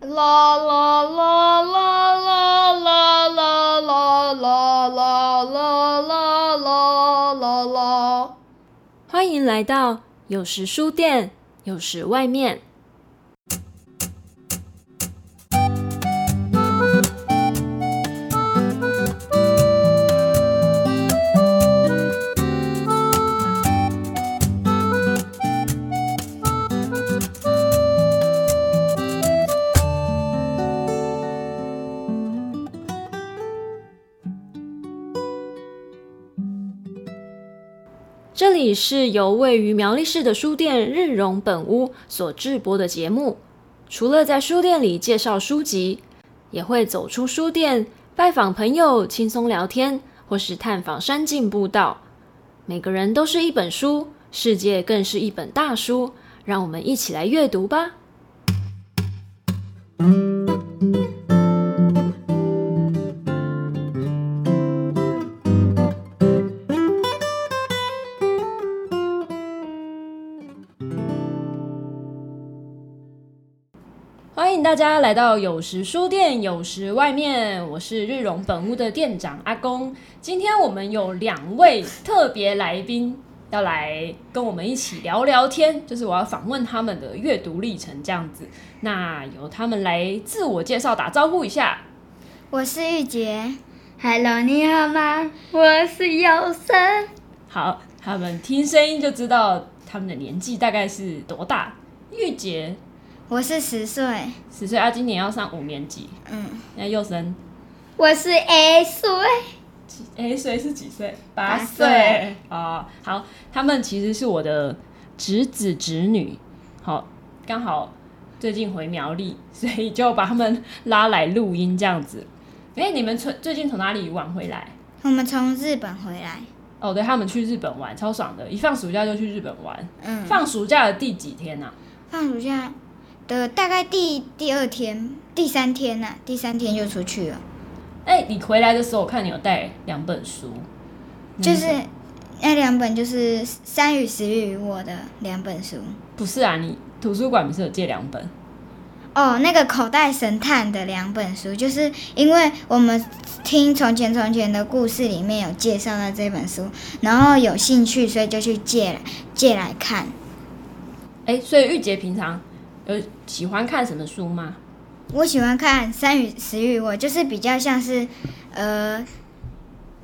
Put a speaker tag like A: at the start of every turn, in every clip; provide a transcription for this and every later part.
A: 啦啦啦啦啦啦啦啦啦啦啦啦啦啦啦。
B: 欢迎来到有时书店，有时外面。这里是由位于苗栗市的书店日荣本屋所制播的节目。除了在书店里介绍书籍，也会走出书店拜访朋友、轻松聊天，或是探访山径步道。每个人都是一本书，世界更是一本大书，让我们一起来阅读吧。欢迎大家来到有时书店，有时外面，我是日荣本屋的店长阿公。今天我们有两位特别来宾要来跟我们一起聊聊天，就是我要访问他们的阅读历程这样子。那由他们来自我介绍，打招呼一下。
A: 我是玉洁，
C: Hello，你好吗？我是姚生。
B: 好，他们听声音就知道他们的年纪大概是多大。玉洁
A: 我是十岁，
B: 十岁，啊，今年要上五年级。
A: 嗯，
B: 那佑生，
C: 我是 A 岁，
B: 哎，所以是几岁？
C: 八
B: 岁啊、好，他们其实是我的侄子侄女，好，刚好最近回苗栗，所以就把他们拉来录音这样子。哎、你们从最近从哪里玩回来？
A: 我们从日本回来，
B: 哦，对，他们去日本玩，超爽的，一放暑假就去日本玩。
A: 嗯，
B: 放暑假的第几天啊？
A: 放暑假的大概第第二天、第三天呐、第三天就出去了，
B: 哎、你回来的时候，我看你有带两本书，嗯
A: 就是那两本就是《山与食欲与我》的两本书。
B: 不是啊？你图书馆不是有借两本？
A: 哦，那个口袋神探的两本书，就是因为我们听《从前从前的故事》里面有介绍到这本书，然后有兴趣，所以就去借来借来看。
B: 哎、所以玉洁平常有喜欢看什么书吗？
A: 我喜欢看《山与食欲与我》，就是比较像是呃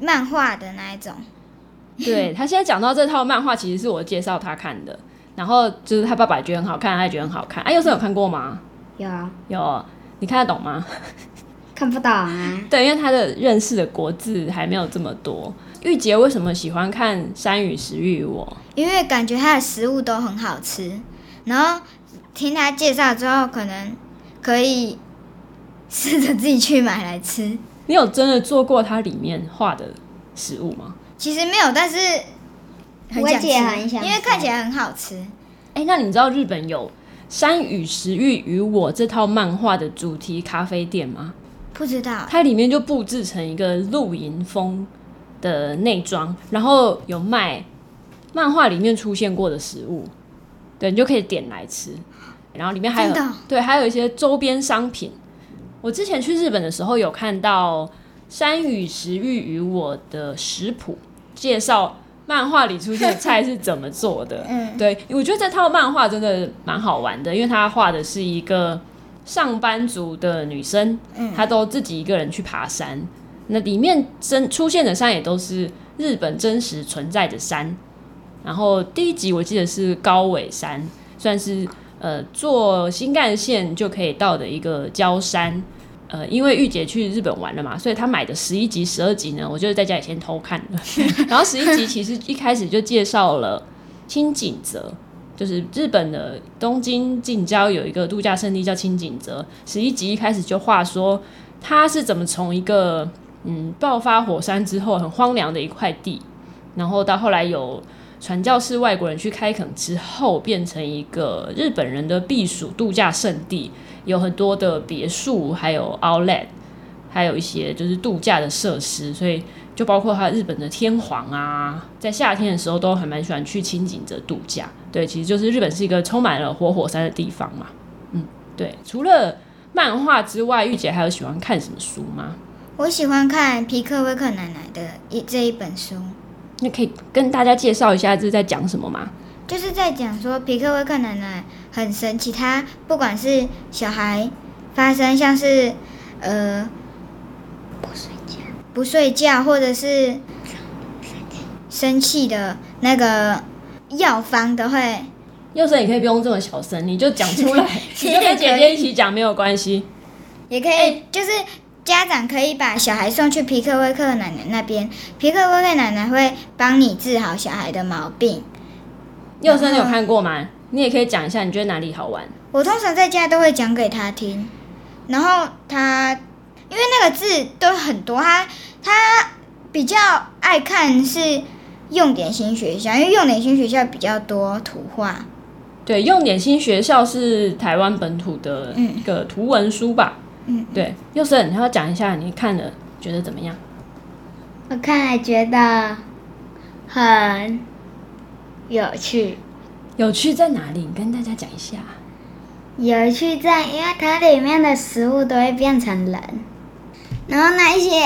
A: 漫画的那一种。
B: 对他现在讲到这套漫画，其实是我介绍他看的，然后就是他爸爸觉得很好看，他也觉得很好看。哎、啊，佑生有看过吗？
C: 有
A: 啊
B: 有，你看得懂吗？
C: 看不懂啊？
B: 对，因为他的认识的国字还没有这么多。玉洁为什么喜欢看《山与食欲与我》？
A: 因为感觉它的食物都很好吃，然后听他介绍之后，可能可以试着自己去买来吃。
B: 你有真的做过它里面画的食物吗？
A: 其实没有，但是很
C: 我
A: 想吃，
C: 姐很想
A: 因为
C: 吃
A: 看起来很好吃。
B: 哎、那你知道日本有《山与食欲与我》这套漫画的主题咖啡店吗？
A: 不知道，
B: 它里面就布置成一个露营风的内装，然后有卖漫画里面出现过的食物，对你就可以点来吃。然后里面还有
A: 真的哦
B: 对，还有一些周边商品。我之前去日本的时候有看到《山与食欲与我》的食谱介绍。漫画里出现的菜是怎么做 的？
A: 嗯
B: 对，我觉得这套漫画真的蛮好玩的，因为它画的是一个上班族的女生，
A: 嗯，
B: 他都自己一个人去爬山。那里面真出现的山也都是日本真实存在的山。然后第一集我记得是高尾山，算是呃坐新干线就可以到的一个郊山。呃，因为玉姐去日本玩了嘛，所以她买的十一集、十二集呢，我就是在家里先偷看的。 然后十一集其实一开始就介绍了清井泽，就是日本的东京近郊有一个度假胜地叫清井泽。十一集一开始就话说他是怎么从一个嗯爆发火山之后很荒凉的一块地，然后到后来有传教士外国人去开垦之后，变成一个日本人的避暑度假胜地，有很多的别墅，还有 outlet，还有一些就是度假的设施，所以。就包括它日本的天皇啊，在夏天的时候都还蛮喜欢去清景泽度假。对，其实就是日本是一个充满了活火山的地方嘛。嗯，对。除了漫画之外，玉姐还有喜欢看什么书吗？
A: 我喜欢看皮克威克奶奶的一这一本书，
B: 那可以跟大家介绍一下这是在讲什么吗？
A: 就是在讲说皮克威克奶奶很神奇，她不管是小孩发生像是呃不睡觉或者是生气的那个药方都会，
B: 佑生，你可以不用这么小声，你就讲 出来，你
A: 啊
B: 就跟姐姐一起讲没有关系。
A: 也可以、
C: 哎
A: 就是。家长可以把小孩送去皮克威克奶奶那边，皮克威克奶奶会帮你治好小孩的毛病。
B: 佑生，你有看过吗？你也可以讲一下，你觉得哪里好玩？
A: 我通常在家都会讲给他听，然后他因为那个字都很多，他他比较爱看是用点新学校，因为用点新学校比较多图画。
B: 对，用点心学校是台湾本土的
A: 嗯
B: 一个图文书吧？
A: 嗯，
B: 对，佑生，你要讲一下你看了觉得怎么样？
C: 我看来觉得很有趣。
B: 有趣在哪里？你跟大家讲一下。
C: 有趣在，因为它里面的食物都会变成人，然后那一些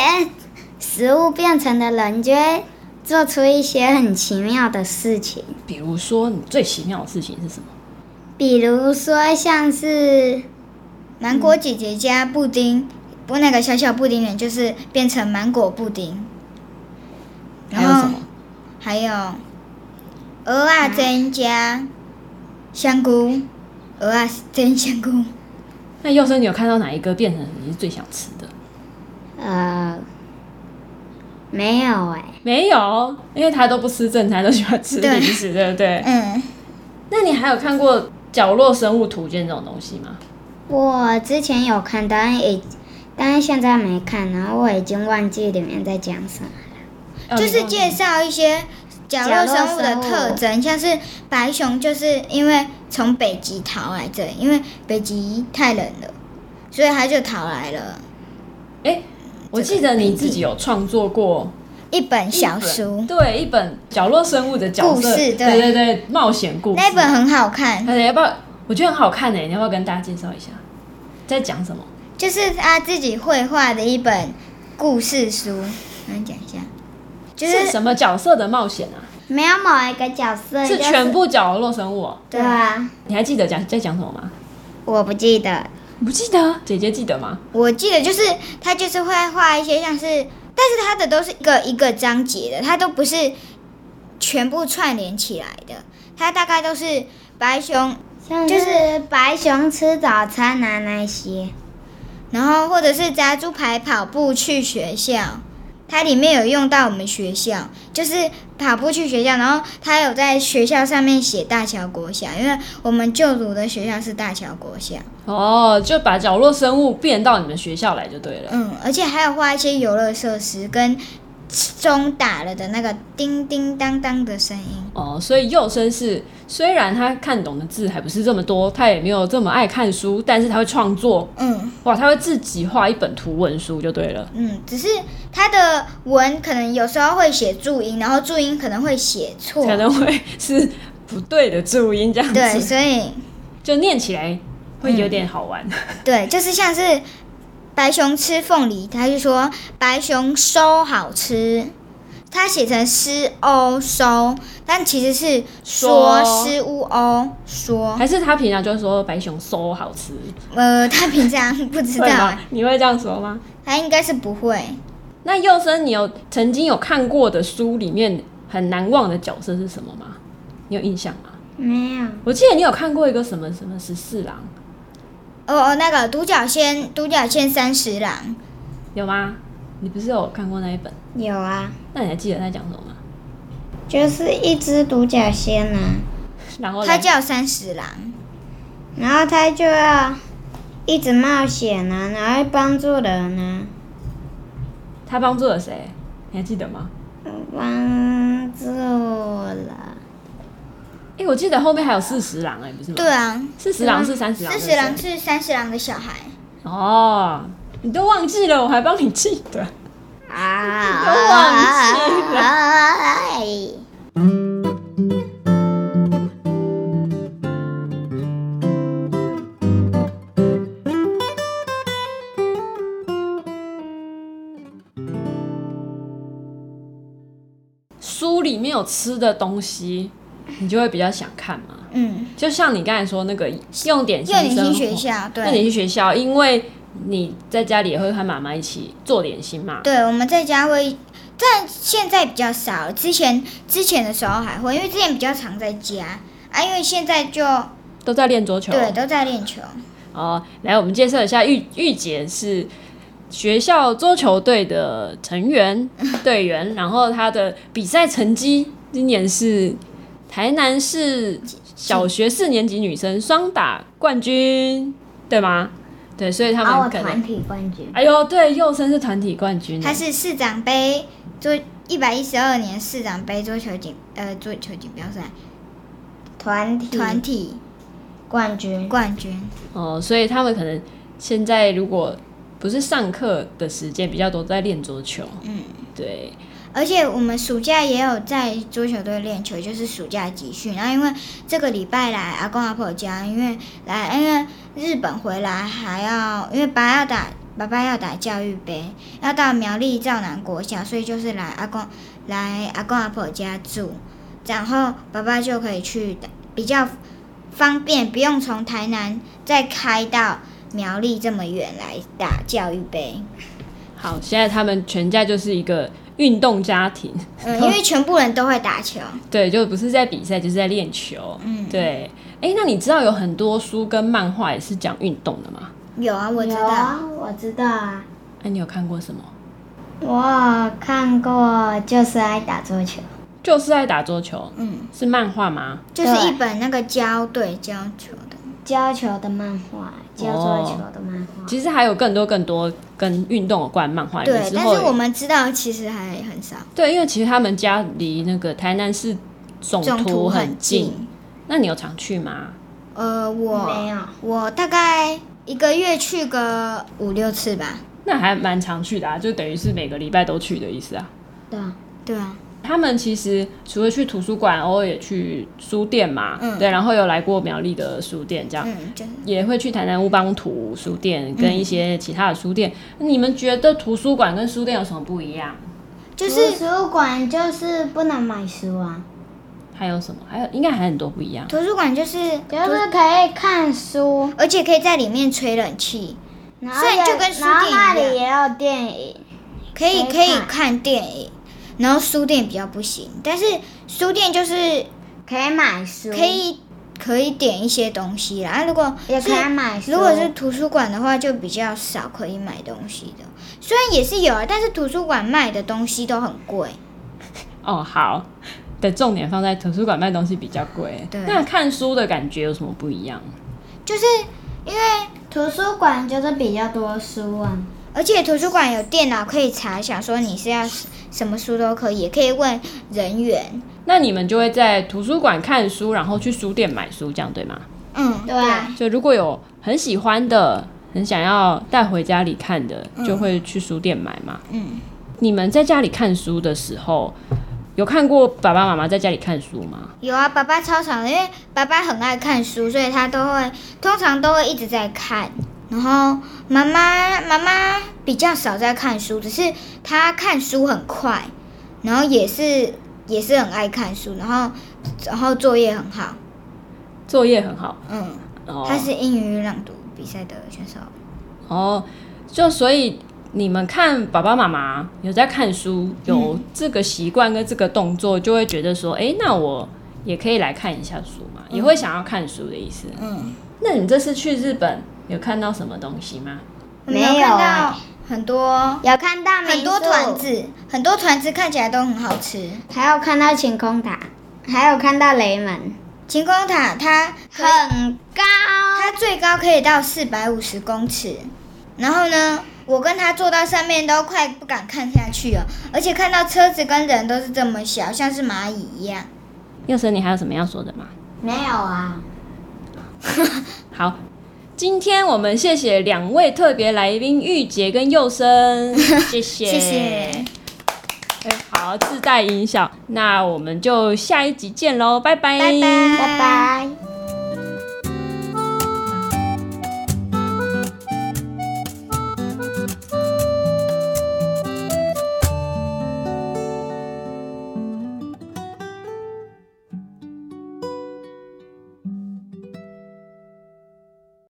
C: 食物变成的人就会做出一些很奇妙的事情，
B: 比如说，你最奇妙的事情是什么？
C: 比如说像是
A: 芒果姐姐家布丁，不，那个小小布丁人就是变成芒果布丁，
B: 还有什么？
A: 啊还有鹅啊增加香菇，鹅啊增香菇。
B: 那佑生，你有看到哪一个变成你是最想吃的？
C: 呃，没有哎、
B: 没有，因为他都不吃正餐，都喜欢吃
A: 对
B: 零食，对不对？
A: 嗯，
B: 那你还有看过角落生物图鉴这种东西吗？
C: 我之前有看，但也但是现在没看，然后我已经忘记里面在讲什么。
B: 哦
A: 就
B: 你
A: 是
B: 忘了
A: 介绍一些角落生物的特
B: 哦
A: 征，像是白熊，就是因为从北极逃来这里，因为北极太冷了，所以它就逃来了。
B: 哎，我记得你自己有创作过
A: 一本
B: 一
A: 小
B: 本
A: 书，
B: 对，一本角落生物的角色，
A: 故事对
B: 对对对，冒险故事。
A: 那本很好看，
B: 而且要不要？我觉得很好看呢，你要不要跟大家介绍一下？在讲什么？、
A: 就是他自己绘画的一本故事书。我讲一下，就是是
B: 什么角色的冒险啊？
C: 没有某一个角
A: 哎
C: 色、
B: 是
C: 就是
B: 全部角落生物、哦。
C: 对啊，
B: 你还记得讲在讲什么吗？
C: 我不记得。
B: 不记得，姐姐记得吗？
A: 我记得就是他就是会画一些像是，但是他的都是一个一个章节的，他都不是全部串联起来的，他大概都是白熊
C: 像
A: 就是
C: 白熊吃早餐啊那些，
A: 然后或者是炸猪排跑步去学校，它里面有用到我们学校，就是跑步去学校，然后它有在学校上面写大桥国小，因为我们就读的学校是大桥国小，
B: 哦，就把角落生物变到你们学校来就对了。
A: 嗯，而且还有画一些游乐设施跟钟打了的那个叮叮当当的声音。
B: 哦，所以幼生是虽然他看懂的字还不是这么多，他也没有这么爱看书，但是他会创作，
A: 嗯
B: 哇，他会自己画一本图文书就对了。
A: 嗯，只是它的文可能有时候会写注音，然后注音可能会写错，
B: 可能会是不对的注音这样
A: 对，
B: 子，
A: 所以
B: 就念起来会有点好玩。
A: 对，就是像是白熊吃凤梨，他就说白熊收好吃，他写成诗欧收，但其实是说
B: 说
A: 诗乌欧说。
B: 还是他平常就说白熊馊好吃，
A: 呃，他平常不知道
B: 会
A: 欸
B: 吗，？你会这样说吗？
A: 他应该是不会。
B: 那幼生，你有曾经有看过的书里面很难忘的角色是什么吗？你有印象吗？
C: 没有。
B: 我记得你有看过一个什么什么十四郎，
A: 哦哦，那个独角仙，独角仙三十郎，
B: 有吗？你不是有看过那一本？
C: 有啊，
B: 那你还记得他讲什么吗？
C: 就是一只独角仙啊，
B: 然后嘞
A: 他叫三十郎。
C: 然后它就要一直冒险啊，然后帮助人啊，
B: 他帮助了谁？你还记得吗？
C: 帮助了。
B: 哎、我记得后面还有四十郎哎、不是吗？
A: 对，啊，
B: 四十郎是三十郎，
A: 四十郎
B: 对不对
A: 是三十郎的小孩。
B: 哦，你都忘记了，我还帮你记得。
C: 啊！
B: 都忘记了
C: 了。
B: 书里面有吃的东西，你就会比较想看嘛。
A: 嗯，
B: 就像你刚才说那个用点心
A: 幼年
B: 生
A: 新
B: 活
A: 学，校，对，
B: 用点心学校，因为你在家里也会和妈妈一起做点心嘛。
A: 对，我们在家会，但现在比较少了。之前之前的时候还会，因为之前比较常在家啊，因为现在就
B: 都在练桌球。
A: 对都在练球。
B: 哦，来，我们介绍一下玉玉姐是学校桌球队的成员队员，然后她的比赛成绩今年是台南市小学四年级女生双打冠军，对吗？对，所以他
C: 哦把我
B: 们可
C: 团
B: 能，
C: 体冠军，
B: 哎呦，对，佑生是团体冠军啊
C: 嗯
B: 耶，
A: 他是市长杯桌一百一十二年市长杯桌球锦呃桌球锦标赛
C: 团体
A: 团体
C: 冠军，
A: 冠军。
B: 哦，所以他们可能现在如果不是上课的时间，比较多在练桌球，
A: 嗯，
B: 对。
A: 而且我们暑假也有在桌球队练球，就是暑假集训。然后因为这个礼拜来阿公阿婆家，因为来因为日本回来还要，因为爸要打爸爸要打教育杯，要到苗栗赵南国小，所以就是来阿公来阿公阿婆家住，然后爸爸就可以去打比较方便，不用从台南再开到苗栗这么远来打教育杯。
B: 好，现在他们全家就是一个运动家庭，
A: 嗯，因为全部人都会打球。
B: 对，就不是在比赛，就是在练球，
A: 嗯
B: 对。哎、那你知道有很多书跟漫画也是讲运动的吗？
A: 有啊，我知
C: 有
A: 道。
C: 啊，我知道啊，
B: 哎、你有看过什么？
C: 我有看过就是爱打桌球，
B: 就是在打桌球，
A: 嗯，
B: 是漫画吗？
A: 就是
C: 对
A: 一本那个胶对胶球的，
C: 教球的漫画，教桌球的漫画，
B: 其实还有更多更多跟运哎动有关的漫画。你
A: 对，
B: 之
A: 但
B: 后
A: 是
B: 也
A: 我们知道其实还很少，
B: 对，因为其实他们家离那个台南市总
A: 中
B: 图
A: 途
B: 很
A: 很
B: 近，
A: 近。
B: 那你有常去吗？
A: 呃，
C: 没
A: 我
C: 有，
A: 我大概一个月去个五六次吧。
B: 那还蛮常去的啊，就等于是每个礼拜都去的意思啊。
C: 对啊，
A: 对啊，
B: 他们其实除了去图书馆，偶尔也去书店嘛，
A: 嗯
B: 对，然后有来过苗栗的书店，这样、
A: 嗯，就是
B: 也会去台南乌邦图书店跟一些其他的书店。你们觉得图书馆跟书店有什么不一样？
A: 就是
C: 图书馆就是不能买书啊，
B: 还有什么？还有应该还很多不一样。
A: 图书馆就是，
C: 就是可以看书，
A: 而且可以在里面吹冷气，
C: 然后
A: 所以
C: 也
A: 就跟书
C: 然后
A: 店一
C: 那
A: 样
C: 里也有电影，
A: 可以可
C: 可以
A: 以
C: 看
A: 看电影，然后书店比较不行，但是书店就是
C: 可以买书，
A: 可以可以点一些东西啦。啊如果
C: 也
A: 是
C: 可以买书。
A: 如果是图书馆的话，就比较少可以买东西的。虽然也是有啊，但是图书馆卖的东西都很贵。
B: 哦，好的重点放在图书馆卖东西比较贵。
A: 对
B: 那看书的感觉有什么不一样？
A: 就是因为，
C: 图书馆就是比较多书啊，
A: 而且图书馆有电脑可以查，想说你是要什么书都可以，也可以问人员。
B: 那你们就会在图书馆看书，然后去书店买书，这样对吗？
A: 嗯，
C: 对啊
B: 就如果有很喜欢的、很想要带回家里看的，就会去书店买嘛。
A: 嗯，
B: 你们在家里看书的时候，有看过爸爸妈妈在家里看书吗？
A: 有啊，爸爸超常的，因为爸爸很爱看书，所以他都会通常都会一直在看。然后妈妈妈妈比较少在看书，只是她看书很快，然后也是也是很爱看书，然后然后作业很好，
B: 作业很好
A: 嗯，
B: 哦，
A: 她是英语朗读比赛的选手，
B: 哦，就所以你们看爸爸妈妈有在看书，
A: 嗯
B: 有这个习惯跟这个动作，就会觉得说，诶，那我也可以来看一下书嘛，也会想要看书的意思。
A: 嗯，
B: 那你这次去日本有看到什么东西吗？
A: 我们
C: 没有
A: 看
C: 哎
A: 到很多
C: 有看到
A: 很多团
C: 团，
A: 子，很多团子看起来都很好吃。
C: 还有看到晴空塔，还有看到雷门，
A: 晴空塔它可以
C: 很高。
A: 它最高可以到四百五十公尺。然后呢，我跟他坐到上面都快不敢看下去了，而且看到车子跟人都是这么小，像是蚂蚁一样。
B: 佑生，你还有什么要说的吗？
C: 没有啊，
B: 好，今天我们谢谢两位特别来宾玉洁跟佑 生，谢谢，
A: 谢谢。
B: 哎好，自带音效，那我们就下一集见喽，拜拜，
A: 拜拜
C: 拜拜。